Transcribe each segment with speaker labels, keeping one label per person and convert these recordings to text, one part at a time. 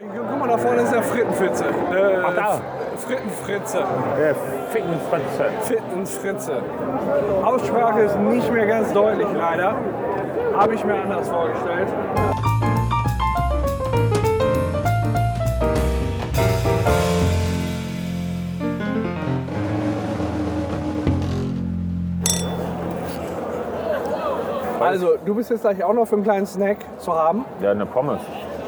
Speaker 1: Guck mal, da vorne ist der Frittenfritze. Äh,
Speaker 2: Ach, da.
Speaker 1: F- Frittenfritze.
Speaker 2: Der Fickenspatzer.
Speaker 1: Frittenfritze. Aussprache ist nicht mehr ganz deutlich, leider. Habe ich mir anders vorgestellt. Also, du bist jetzt gleich auch noch für einen kleinen Snack zu haben.
Speaker 2: Ja, eine Pommes.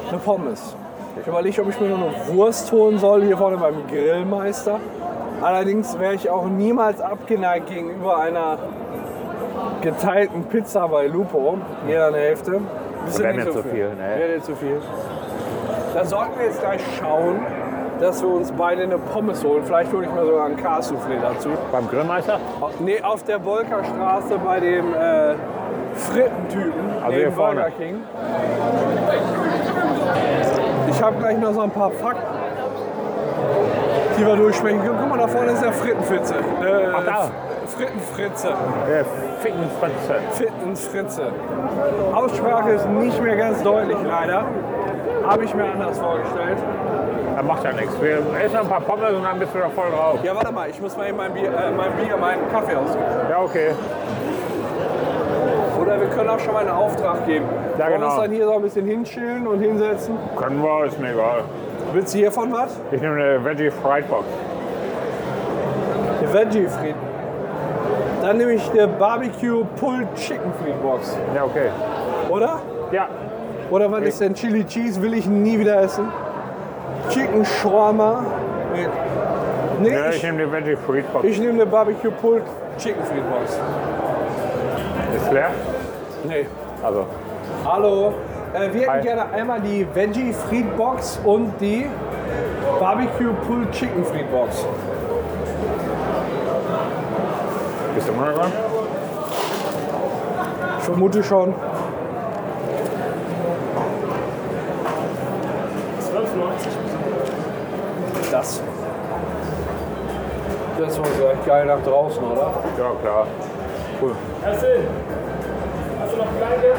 Speaker 1: Eine Pommes. Ich überlege, ob ich mir noch eine Wurst holen soll, hier vorne beim Grillmeister. Allerdings wäre ich auch niemals abgeneigt gegenüber einer geteilten Pizza bei Lupo. Jeder eine Hälfte. Das
Speaker 2: Wäre mir zu viel, ne?
Speaker 1: Wäre dir zu viel. Da sollten wir jetzt gleich schauen, dass wir uns beide eine Pommes holen. Vielleicht hole ich mir sogar einen Cassoufflé dazu.
Speaker 2: Beim Grillmeister?
Speaker 1: Nee, auf der Bolkerstraße bei dem äh, Frittentypen,
Speaker 2: Also hier
Speaker 1: neben
Speaker 2: vorne.
Speaker 1: Burger King. Ich habe gleich noch so ein paar Fakten, die wir durchsprechen können. Guck mal, da vorne ist der Frittenfritze. Äh,
Speaker 2: Ach, da.
Speaker 1: Frittenfritze.
Speaker 2: Der Fickenspatzer.
Speaker 1: Frittenfritze. Aussprache ist nicht mehr ganz deutlich, leider. Habe ich mir anders vorgestellt.
Speaker 2: Da macht ja nichts. Wir essen ein paar Pommes und dann bist du da voll drauf.
Speaker 1: Ja, warte mal, ich muss mal eben mein Bier, äh, mein Bier meinen Kaffee ausgeben.
Speaker 2: Ja, okay.
Speaker 1: Oder wir können auch schon mal einen Auftrag geben.
Speaker 2: Ja,
Speaker 1: Wollen wir uns
Speaker 2: genau.
Speaker 1: dann hier so ein bisschen hinschillen und hinsetzen.
Speaker 2: Können wir, ist mir egal.
Speaker 1: Willst du hiervon was?
Speaker 2: Ich nehme eine Veggie Fried Box.
Speaker 1: Die Veggie Fried. Dann nehme ich eine Barbecue Pulled Chicken Fried Box.
Speaker 2: Ja, okay.
Speaker 1: Oder?
Speaker 2: Ja,
Speaker 1: Oder was
Speaker 2: Nee.
Speaker 1: ist denn Chili Cheese? Will ich nie wieder essen. Chicken Shawarma. Nee. Nee,
Speaker 2: ja ich
Speaker 1: ich,
Speaker 2: nehme die Veggie Fried Box.
Speaker 1: ich nehme eine Barbecue Pulled Chicken Fried Box.
Speaker 2: Ist leer?
Speaker 1: Nee.
Speaker 2: Also,
Speaker 1: Hallo. Äh, wir
Speaker 2: Hi.
Speaker 1: hätten gerne einmal die Veggie Fried Box und die Barbecue Pulled Chicken Fried Box.
Speaker 2: bist du immer noch dran?
Speaker 1: Ich vermute schon. Das. Das war gleich geil nach draußen, oder?
Speaker 2: Ja, klar. Cool.
Speaker 3: Essen. Hast du noch Kleingeld?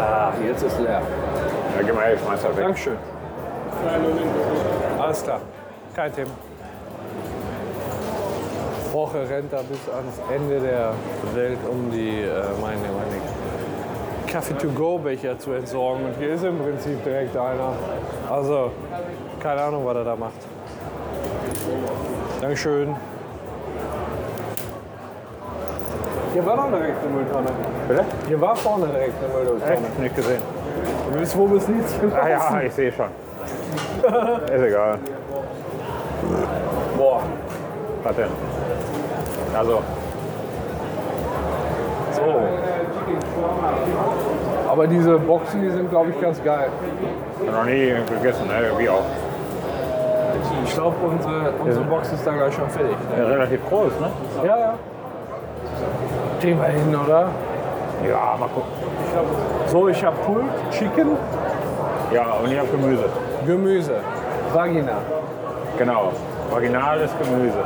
Speaker 1: Ach, jetzt ist leer.
Speaker 2: Ja, geh mal her, ich schmeiß das weg.
Speaker 1: Dankeschön.
Speaker 3: Nein, Moment.
Speaker 1: Alles klar. Kein Thema. Woche rennt da bis ans Ende der Welt, um die äh, meine, meine Kaffee-to-go-Becher zu entsorgen. Und hier ist im Prinzip direkt einer. Also, keine Ahnung, was er da macht. Dankeschön. Hier war doch direkt eine Mülltonne.
Speaker 2: Bitte?
Speaker 1: Hier war vorne direkt eine Mülltonne.
Speaker 2: Echt? Nicht gesehen.
Speaker 1: Du bist wo bis nichts gelaufen.
Speaker 2: Ah ja, ich sehe schon. ist egal.
Speaker 1: Boah,
Speaker 2: Was denn? Also,
Speaker 1: so. Aber diese Boxen, die sind, glaube ich, ganz geil.
Speaker 2: noch nie gegessen, ne? Irgendwie auch.
Speaker 1: Ich glaube, unsere, unsere Box ist da gleich schon fertig.
Speaker 2: Ja, relativ groß, ne?
Speaker 1: Ja, ja. Gehen wir hin, oder?
Speaker 2: Ja, mal gucken.
Speaker 1: So, ich habe Pulled Chicken,
Speaker 2: Ja, und ich habe Gemüse.
Speaker 1: Gemüse, Vagina,
Speaker 2: Genau. Originales Gemüse.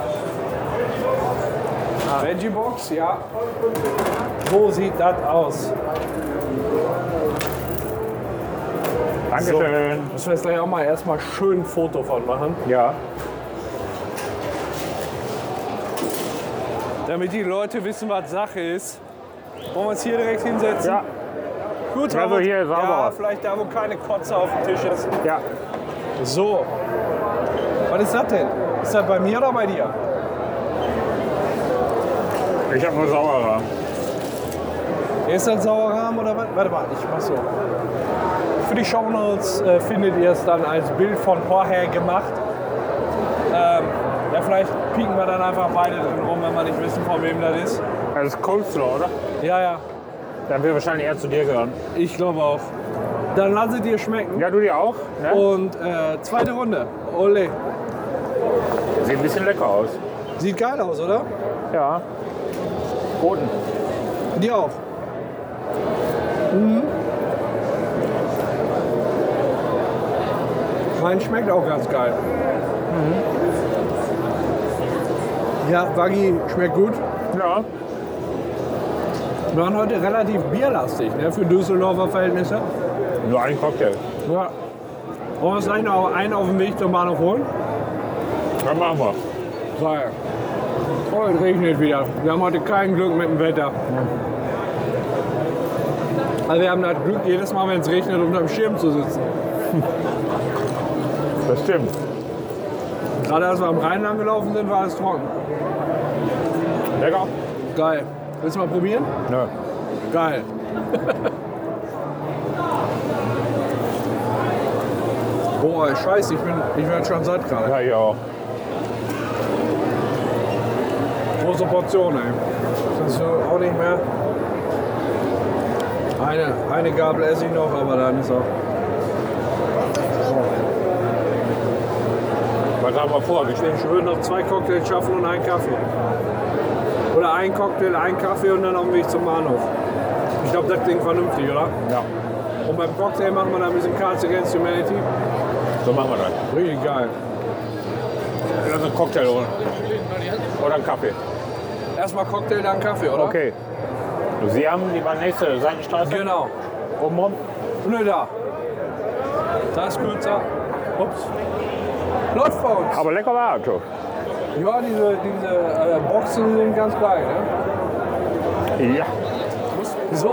Speaker 1: Veggie Box, ja. So sieht das aus.
Speaker 2: Dankeschön.
Speaker 1: Müssen wir jetzt gleich auch mal erstmal schön ein Foto von machen.
Speaker 2: Ja.
Speaker 1: Damit die Leute wissen, was Sache ist. Wollen wir uns hier direkt hinsetzen?
Speaker 2: Ja,
Speaker 1: Gut,
Speaker 2: Ja, so
Speaker 1: Robert.
Speaker 2: hier,
Speaker 1: Ja,
Speaker 2: sauberer.
Speaker 1: vielleicht da, wo keine Kotze auf dem Tisch ist.
Speaker 2: ja.
Speaker 1: So. Was ist das denn? Ist das bei mir oder bei dir?
Speaker 2: Ich habe nur Sauerer.
Speaker 1: Ist das Sauerrahm oder was? Warte mal, ich mach so. Für die Shownotes äh, findet ihr es dann als Bild von vorher gemacht. Ähm, ja, vielleicht pieken wir dann einfach beide drin rum, wenn wir nicht wissen, von wem das ist.
Speaker 2: Das ist Coleslaw, oder?
Speaker 1: Ja, ja,
Speaker 2: Dann wird wahrscheinlich eher zu dir gehören.
Speaker 1: ich glaube auch. Dann lass es dir schmecken.
Speaker 2: Ja, du dir auch? Ne?
Speaker 1: Und äh, zweite Runde. Ole.
Speaker 2: Sieht ein bisschen lecker aus.
Speaker 1: Sieht geil aus, oder?
Speaker 2: Ja. Roten.
Speaker 1: Die auch. Mhm. Mein schmeckt auch ganz geil. Mhm. Ja, Wagyu schmeckt gut.
Speaker 2: Ja.
Speaker 1: Wir waren heute relativ bierlastig ne, für Düsseldorfer Verhältnisse.
Speaker 2: Nur ein Cocktail.
Speaker 1: Ja. Wollen wir uns gleich noch einen auf dem Weg zum Bahnhof holen?
Speaker 2: Dann machen wir.
Speaker 1: Sei. Oh, es regnet wieder. Wir haben heute kein Glück mit dem Wetter. Also wir haben das Glück, jedes Mal, wenn es regnet, unterm Schirm zu sitzen.
Speaker 2: Das stimmt.
Speaker 1: Gerade als wir am Rhein lang gelaufen sind, war alles trocken.
Speaker 2: Lecker? Ne.
Speaker 1: Geil. Willst du mal probieren?
Speaker 2: Ja.
Speaker 1: Geil. Boah, Oh, scheiße, ich, bin, ich werde schon satt gerade.
Speaker 2: Ja, ich auch.
Speaker 1: Große Portion, ey. Das ist so auch nicht mehr. Eine, eine Gabel esse ich noch, aber dann ist auch.
Speaker 2: Was haben wir vor?
Speaker 1: Ich würde noch zwei Cocktails schaffen und einen Kaffee. Oder ein Cocktail, einen Kaffee und dann auf dem Weg zum Bahnhof. Ich glaube, das klingt vernünftig, oder?
Speaker 2: Ja,
Speaker 1: Und beim Cocktail machen wir dann ein bisschen Cards Against Humanity.
Speaker 2: so machen wir das.
Speaker 1: Richtig geil.
Speaker 2: Lass einen Cocktail holen. Oder einen Kaffee.
Speaker 1: Erstmal Cocktail, dann Kaffee, oder?
Speaker 2: Okay. Sie haben die nächste Seitenstraße
Speaker 1: Genau.
Speaker 2: oben rum.
Speaker 1: Nö, da. Da ist kürzer. Ups. Läuft bei uns.
Speaker 2: Aber lecker war er schon.
Speaker 1: Ja, diese, diese äh, Boxen sind ganz geil, ne?
Speaker 2: Ja.
Speaker 1: So.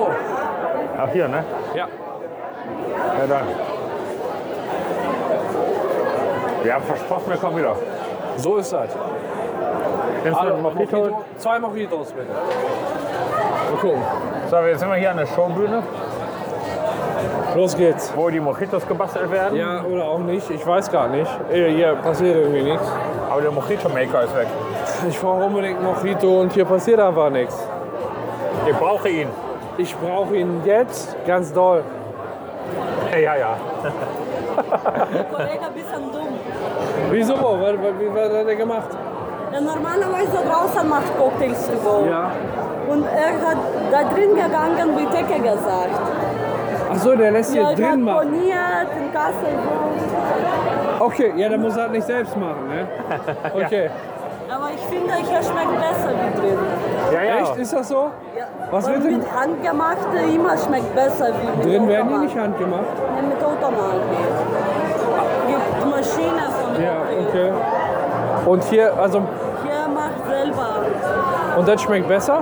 Speaker 2: Ach, hier, ne?
Speaker 1: Ja.
Speaker 2: Ja, dann. Wir haben versprochen, wir kommen wieder.
Speaker 1: So ist das. Also,
Speaker 2: Instant Mojito.
Speaker 1: zwei Mojitos bitte. Mal gucken.
Speaker 2: So, jetzt sind wir hier an der Showbühne,
Speaker 1: Los geht's.
Speaker 2: wo die Mojitos gebastelt werden.
Speaker 1: Ja, oder auch nicht. Ich weiß gar nicht. Äh, Hier passiert irgendwie nichts.
Speaker 2: Aber der Mojito-Maker ist weg.
Speaker 1: Ich brauche unbedingt Mojito und hier passiert einfach nichts.
Speaker 2: Ich brauche ihn.
Speaker 1: Ich brauche ihn jetzt ganz doll.
Speaker 2: Ja, ja.
Speaker 4: Kollege ein bisschen dumm.
Speaker 1: Wieso? Was, was, was hat er gemacht?
Speaker 4: Der normalerweise draußen macht Cocktails to go.
Speaker 1: Ja.
Speaker 4: Und er hat da drin gegangen, wie Decke gesagt.
Speaker 1: Achso, der lässt
Speaker 4: Ja,
Speaker 1: hier
Speaker 4: er
Speaker 1: drin
Speaker 4: hat
Speaker 1: machen.
Speaker 4: poniert in Kassel.
Speaker 1: Okay, ja, der muss er halt nicht selbst machen, ne? Okay.
Speaker 4: Aber ich finde, hier schmeckt besser wie drin.
Speaker 2: Ja, ja.
Speaker 1: Echt? Ist das so?
Speaker 4: Ja.
Speaker 1: Was
Speaker 4: Und
Speaker 1: wird denn-
Speaker 4: Mit handgemachte immer schmeckt besser wie mit
Speaker 1: Drin werden die nicht
Speaker 4: Automat.
Speaker 1: handgemacht.
Speaker 4: Nee, mit Automat. Gibt Maschine von
Speaker 1: Ja,
Speaker 4: Cocktail.
Speaker 1: okay. Und hier, also,
Speaker 4: Hier macht selber.
Speaker 1: und das schmeckt besser?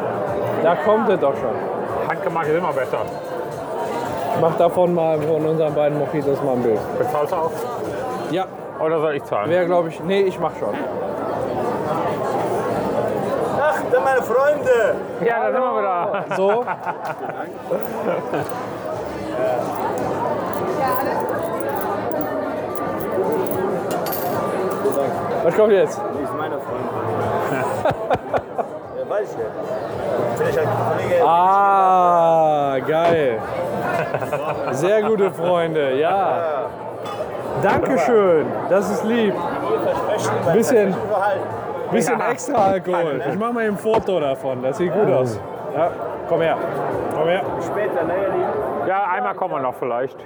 Speaker 1: Da kommt es doch schon.
Speaker 2: Handgemacht ist immer besser.
Speaker 1: Ich mach davon mal von unseren beiden Mojitos mal ein Bild.
Speaker 2: Bezahlst du auch?
Speaker 1: Ja,
Speaker 2: Oder soll ich zahlen?
Speaker 1: wäre glaube ich. Nee, ich mach schon.
Speaker 5: Ach, meine Freunde!
Speaker 2: Ja, da sind wir wieder.
Speaker 1: So. Was kommt jetzt?
Speaker 5: Das ist meine Freunde. ja, weiß ich ja. Vielleicht ein Kollege.
Speaker 1: Ah, geil. Sehr gute Freunde, ja. Dankeschön, das ist lieb.
Speaker 5: Versprechen,
Speaker 1: bisschen.
Speaker 5: Versprechen behalten.
Speaker 1: Bisschen extra Alkohol. Ich mache mal eben ein Foto davon, das sieht gut aus. Ja, komm her, komm her.
Speaker 5: Später, ne, ihr Lieben?
Speaker 2: Ja, einmal kommen wir noch vielleicht.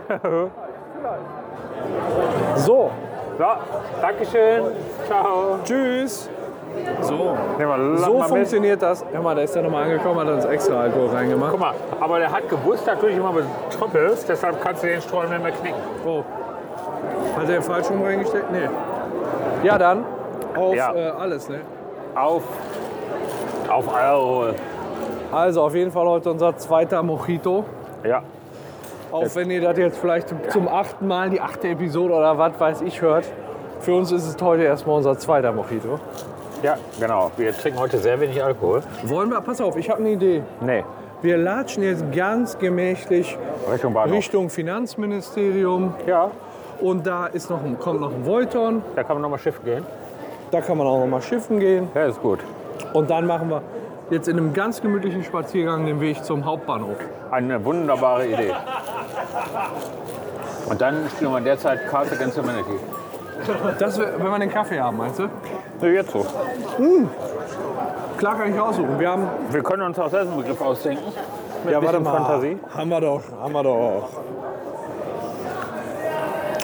Speaker 2: so,
Speaker 1: So,
Speaker 2: Dankeschön. Ciao.
Speaker 1: tschüss. So,
Speaker 2: Nehmen wir lang
Speaker 1: so
Speaker 2: mal mit.
Speaker 1: funktioniert das. Hör mal, da ist der nochmal angekommen, hat uns extra Alkohol reingemacht.
Speaker 2: Guck mal, aber der hat gewusst, dass du dich immer betrüppelst, deshalb kannst du den Strom nicht mehr knicken.
Speaker 1: Oh. Hat er falsch rum reingesteckt? Nee. Ja, dann auf
Speaker 2: Ja.
Speaker 1: äh, alles, ne?
Speaker 2: Auf. Auf Alkohol.
Speaker 1: Also auf jeden Fall heute unser zweiter Mojito.
Speaker 2: Ja.
Speaker 1: Auch wenn ihr das jetzt vielleicht zum achten Mal, die achte Episode oder was weiß ich hört. Für uns ist es heute erstmal unser zweiter Mojito.
Speaker 2: Ja, genau. Wir trinken heute sehr wenig Alkohol.
Speaker 1: Wollen wir, pass auf, ich habe eine Idee.
Speaker 2: Nee.
Speaker 1: Wir latschen jetzt ganz gemächlich
Speaker 2: Richtung Bahnhof.
Speaker 1: Richtung Finanzministerium.
Speaker 2: Ja.
Speaker 1: Und da ist noch ein, kommt noch ein Volton.
Speaker 2: Da kann man nochmal Schiff gehen.
Speaker 1: Da kann man auch noch mal schiffen gehen.
Speaker 2: Ja, ist gut.
Speaker 1: Und dann machen wir jetzt in einem ganz gemütlichen Spaziergang den Weg zum Hauptbahnhof.
Speaker 2: Eine wunderbare Idee. Und dann spielen wir derzeit Cards Against Humanity.
Speaker 1: Das, wär- wenn wir den Kaffee haben, meinst du?
Speaker 2: Jetzt so.
Speaker 1: Klar kann ich aussuchen. Wir haben.
Speaker 2: Wir können uns auch selbst einen Begriff ausdenken. Mit
Speaker 1: Ja,
Speaker 2: ein
Speaker 1: warte
Speaker 2: bisschen
Speaker 1: mal.
Speaker 2: Fantasie.
Speaker 1: Haben wir doch, haben wir doch.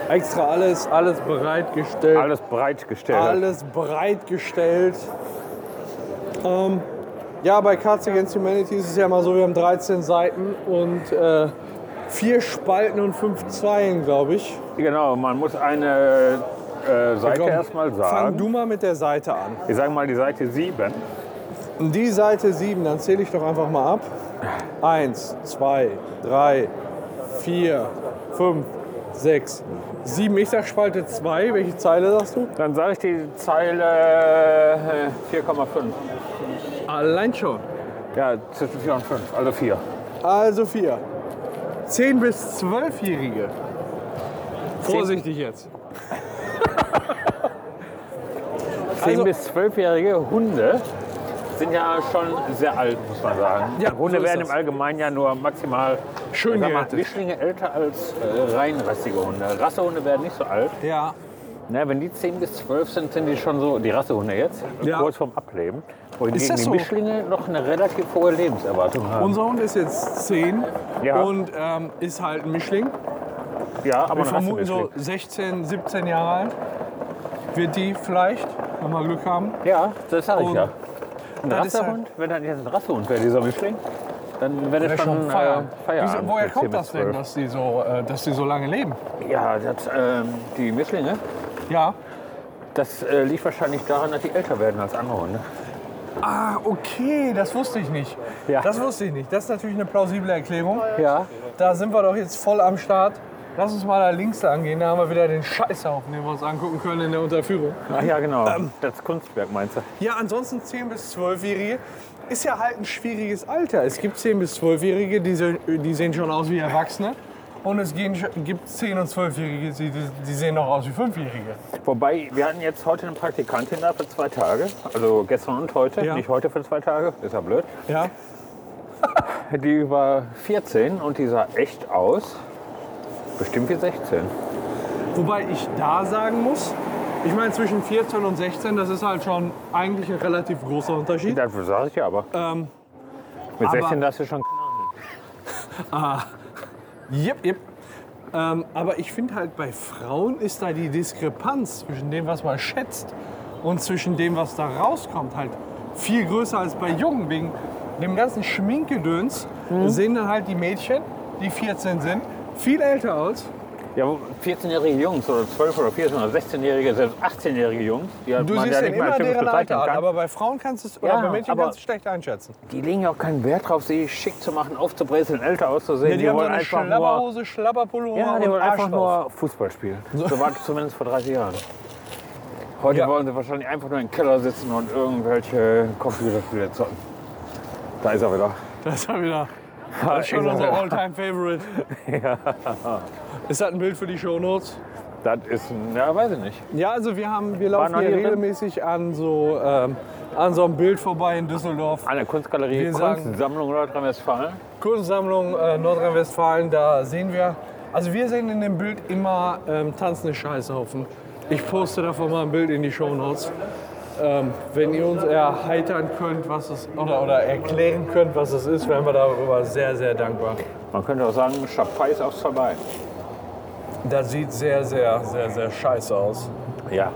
Speaker 1: Extra alles, alles bereitgestellt.
Speaker 2: Alles bereitgestellt.
Speaker 1: alles bereitgestellt. Ähm, Ja, bei Cards Against Humanity ist es ja immer so, wir haben 13 Seiten und äh, vier Spalten und fünf Zeilen, glaube ich.
Speaker 2: Genau, man muss eine äh, Seite
Speaker 1: Komm,
Speaker 2: erstmal
Speaker 1: Fang
Speaker 2: sagen.
Speaker 1: du mal mit der Seite an.
Speaker 2: Ich sage mal die Seite 7.
Speaker 1: Und Um Die Seite 7, dann zähle ich doch einfach mal ab. 1, 2, 3, 4, 5, 6, 7. Ich sag Spalte 2. Welche Zeile sagst du?
Speaker 2: Dann sage ich die Zeile äh, 4,5.
Speaker 1: Allein schon.
Speaker 2: Ja, zwischen 4 und 5, also 4.
Speaker 1: Also 4. 10- bis 12-Jährige. Vorsichtig jetzt.
Speaker 2: 10
Speaker 1: Also-
Speaker 2: bis 12-jährige Hunde sind ja schon sehr alt, muss man sagen.
Speaker 1: Ja,
Speaker 2: Hunde
Speaker 1: so ist
Speaker 2: werden
Speaker 1: das.
Speaker 2: im Allgemeinen ja nur maximal
Speaker 1: Schön
Speaker 2: ich sag mal,
Speaker 1: gehärtet.
Speaker 2: Mischlinge älter als äh, reinrassige Hunde. Rassehunde werden nicht so alt.
Speaker 1: Ja.
Speaker 2: Na, wenn die 10 bis 12 sind, sind die schon so, die Rassehunde jetzt,
Speaker 1: Ja.
Speaker 2: kurz vorm Ableben. Wohingegen
Speaker 1: das
Speaker 2: die
Speaker 1: so?
Speaker 2: Mischlinge noch eine relativ hohe Lebenserwartung haben.
Speaker 1: Unser Hund ist jetzt 10
Speaker 2: Ja.
Speaker 1: und ähm, ist halt ein Mischling.
Speaker 2: ja, aber
Speaker 1: Wir
Speaker 2: ein
Speaker 1: vermuten so
Speaker 2: Rassemischling.
Speaker 1: 16, 17 Jahre alt. Wird die vielleicht, wenn wir Glück haben.
Speaker 2: Ja, das sag ich
Speaker 1: Und
Speaker 2: ja. Ein
Speaker 1: das ist halt
Speaker 2: Rassehund, wenn das jetzt ein Rassehund wäre, dieser Mischling, dann wäre das
Speaker 1: Wär
Speaker 2: schon,
Speaker 1: schon Feierabend.
Speaker 2: Äh, Feierabend.
Speaker 1: Wieso, woher
Speaker 2: mit 10
Speaker 1: kommt
Speaker 2: bis
Speaker 1: das denn,
Speaker 2: 12.
Speaker 1: dass die, so, äh, dass die so lange leben?
Speaker 2: Ja, das, ähm, die Mischlinge,
Speaker 1: Ja.
Speaker 2: das äh, liegt wahrscheinlich daran, dass die älter werden als andere Hunde.
Speaker 1: Ah, okay, das wusste ich nicht.
Speaker 2: Ja.
Speaker 1: Das wusste ich nicht. Das ist natürlich eine plausible Erklärung.
Speaker 2: Ja.
Speaker 1: Da sind wir doch jetzt voll am Start. Lass uns mal da links angehen, da haben wir wieder den Scheißhaufen, den wir uns angucken können in der Unterführung.
Speaker 2: Ach ja, genau.
Speaker 1: Ähm.
Speaker 2: Das Kunstwerk meinst du?
Speaker 1: Ja, ansonsten 10- bis 12-Jährige ist ja halt ein schwieriges Alter. Es gibt 10- bis 12-Jährige, die, se- die sehen schon aus wie Erwachsene. Und es gehen, sch- gibt 10- und 12-Jährige, die, die sehen noch aus wie 5-Jährige.
Speaker 2: Wobei, wir hatten jetzt heute eine Praktikantin da für zwei Tage. Also gestern und heute.
Speaker 1: Ja.
Speaker 2: Nicht heute für zwei Tage, ist ja blöd.
Speaker 1: Ja.
Speaker 2: Die war 14 und die sah echt aus. Bestimmt wie 16.
Speaker 1: Wobei ich da sagen muss, ich meine zwischen 14 und 16, das ist halt schon eigentlich ein relativ großer Unterschied.
Speaker 2: Dafür sage ich ja aber.
Speaker 1: Ähm,
Speaker 2: Mit
Speaker 1: aber-
Speaker 2: 16 darfst du schon.
Speaker 1: Jep, jep. Ähm, aber ich finde halt bei Frauen ist da die Diskrepanz zwischen dem, was man schätzt und zwischen dem, was da rauskommt, halt viel größer als bei Jungen. Wegen dem ganzen Schminkgedöns
Speaker 2: Mhm.
Speaker 1: sehen dann halt die Mädchen, die 14 sind, viel älter aus.
Speaker 2: Ja, 14-jährige Jungs oder 12 oder 14 oder 16-jährige, selbst 18-jährige Jungs, die hat
Speaker 1: Du
Speaker 2: man
Speaker 1: siehst
Speaker 2: ja
Speaker 1: den
Speaker 2: nicht mal
Speaker 1: immer
Speaker 2: schimpfend
Speaker 1: deren
Speaker 2: bezeichnen
Speaker 1: Alter an,
Speaker 2: kann.
Speaker 1: aber bei Frauen kannst du es, oder
Speaker 2: Ja,
Speaker 1: bei Mädchen
Speaker 2: aber-
Speaker 1: kannst du es schlecht einschätzen.
Speaker 2: Die legen ja auch keinen Wert drauf, sie schick zu machen, aufzubrezeln, älter auszusehen.
Speaker 1: Ja, die, haben so eine
Speaker 2: nur,
Speaker 1: Schlabberhose, Schlabberpullover
Speaker 2: ja, die
Speaker 1: und
Speaker 2: wollen einfach
Speaker 1: Arsch drauf.
Speaker 2: nur Fußball spielen. So war es zumindest vor 30 Jahren. Heute
Speaker 1: Ja.
Speaker 2: wollen sie wahrscheinlich einfach nur im Keller sitzen und irgendwelche Computerspiele zocken. Da ist er wieder.
Speaker 1: Das ist ja wieder das ist schon
Speaker 2: ist er
Speaker 1: unser
Speaker 2: wieder.
Speaker 1: All-Time-Favorite. Ist das ein Bild für die Shownotes?
Speaker 2: Das ist, ein- ja, weiß ich nicht.
Speaker 1: Ja, also wir, haben, wir
Speaker 2: War
Speaker 1: laufen
Speaker 2: noch
Speaker 1: hier
Speaker 2: nie drin?
Speaker 1: regelmäßig an so, ähm, an so einem Bild vorbei in Düsseldorf.
Speaker 2: An der Kunstgalerie
Speaker 1: Wir sagen-
Speaker 2: Kunstsammlung Nordrhein-Westfalen.
Speaker 1: Kunstsammlung äh, Nordrhein-Westfalen, da sehen wir, also wir sehen in dem Bild immer ähm, tanzende Scheißhaufen. Ich poste davon mal ein Bild in die Shownotes. Ähm, wenn ihr uns erheitern könnt, was es, oder, oder erklären könnt, was es ist, wären wir darüber sehr, sehr dankbar.
Speaker 2: Man könnte auch sagen, Chapai ist aufs vorbei.
Speaker 1: Das sieht sehr, sehr, sehr, sehr scheiße aus.
Speaker 2: Ja,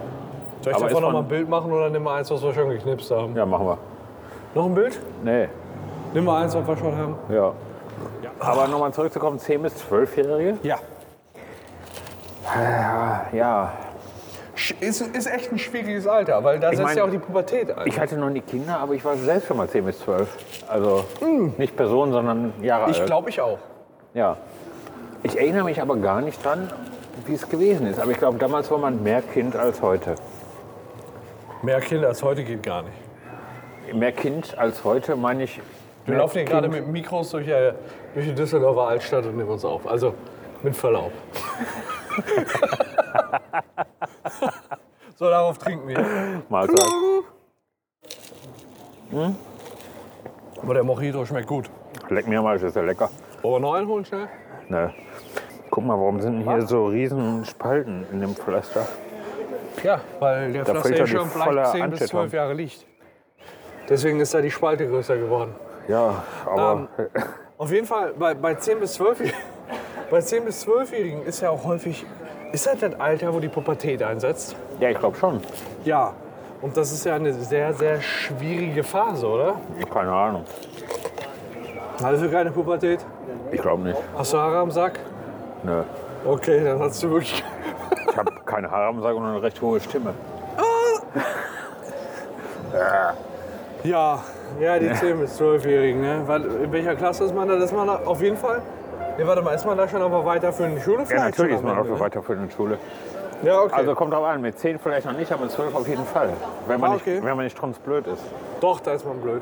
Speaker 1: Soll ich
Speaker 2: Aber ist
Speaker 1: davon noch
Speaker 2: von-
Speaker 1: mal ein Bild machen oder nimm mal eins, was wir schon geknipst haben?
Speaker 2: ja, machen wir.
Speaker 1: Noch ein Bild?
Speaker 2: Nee,
Speaker 1: Nimm mal eins, was wir schon haben.
Speaker 2: ja. Aber nochmal zurückzukommen, 10- bis 12-Jährige?
Speaker 1: Ja.
Speaker 2: Ja,
Speaker 1: Ist, ist echt ein schwieriges Alter, weil da setzt
Speaker 2: mein-
Speaker 1: ja auch die Pubertät ein.
Speaker 2: Ich hatte noch nie Kinder, aber ich war selbst schon mal 10 bis 12. Also nicht Personen, sondern Jahre alt.
Speaker 1: Ich glaube, ich auch.
Speaker 2: Ja. Ich erinnere mich aber gar nicht dran, wie es gewesen ist. Aber ich glaube, damals war man mehr Kind als heute.
Speaker 1: Mehr Kinder als heute geht gar nicht.
Speaker 2: Mehr Kind als heute meine ich.
Speaker 1: Wir
Speaker 2: mehr
Speaker 1: laufen hier
Speaker 2: Kind-
Speaker 1: gerade mit Mikros durch, äh, durch die Düsseldorfer Altstadt und nehmen uns auf. Also mit Verlaub. so, darauf trinken wir.
Speaker 2: Mahlzeit.
Speaker 1: Aber der Mojito schmeckt gut.
Speaker 2: Leck mir mal, das ist ja lecker.
Speaker 1: Wollen wir noch einen holen schnell?
Speaker 2: Ne. Guck mal, warum sind denn hier so riesen Spalten in dem Pflaster?
Speaker 1: Ja, weil der
Speaker 2: Da
Speaker 1: Pflaster
Speaker 2: fehlt
Speaker 1: hier
Speaker 2: doch die
Speaker 1: schon
Speaker 2: volle
Speaker 1: vielleicht 10 bis
Speaker 2: Anschätzung.
Speaker 1: 12 Jahre liegt. Deswegen ist da die Spalte größer geworden.
Speaker 2: Ja, aber
Speaker 1: Auf jeden Fall, bei, bei 10 bis 12 bei 10 bis 12-Jährigen ist ja auch häufig, ist das das Alter, wo die Pubertät einsetzt?
Speaker 2: ja, ich glaube schon.
Speaker 1: Ja. Und das ist ja eine sehr, sehr schwierige Phase, oder?
Speaker 2: Keine Ahnung.
Speaker 1: Also keine Pubertät.
Speaker 2: Ich glaube nicht.
Speaker 1: Hast du Haare am Sack?
Speaker 2: Nö.
Speaker 1: Okay, dann hast du wirklich.
Speaker 2: Ich habe keine Haare am Sack und eine recht hohe Stimme.
Speaker 1: Ja, ja, die 10- bis 12-Jährigen. Ne? Weil, In welcher Klasse ist man da? Das ist man da auf jeden Fall. Nee, warte mal, ist man da schon auf der weiterführenden Schule?
Speaker 2: Ja,
Speaker 1: Vielleicht
Speaker 2: natürlich ist
Speaker 1: schon am
Speaker 2: man auch
Speaker 1: Ende,
Speaker 2: für weiterführende Schule.
Speaker 1: ne? Ja, okay.
Speaker 2: Also kommt drauf an, mit 10 vielleicht noch nicht, aber mit 12 auf jeden Fall. Wenn man,
Speaker 1: Ah, okay.
Speaker 2: nicht, wenn man nicht strunzblöd ist.
Speaker 1: Doch, da ist man blöd.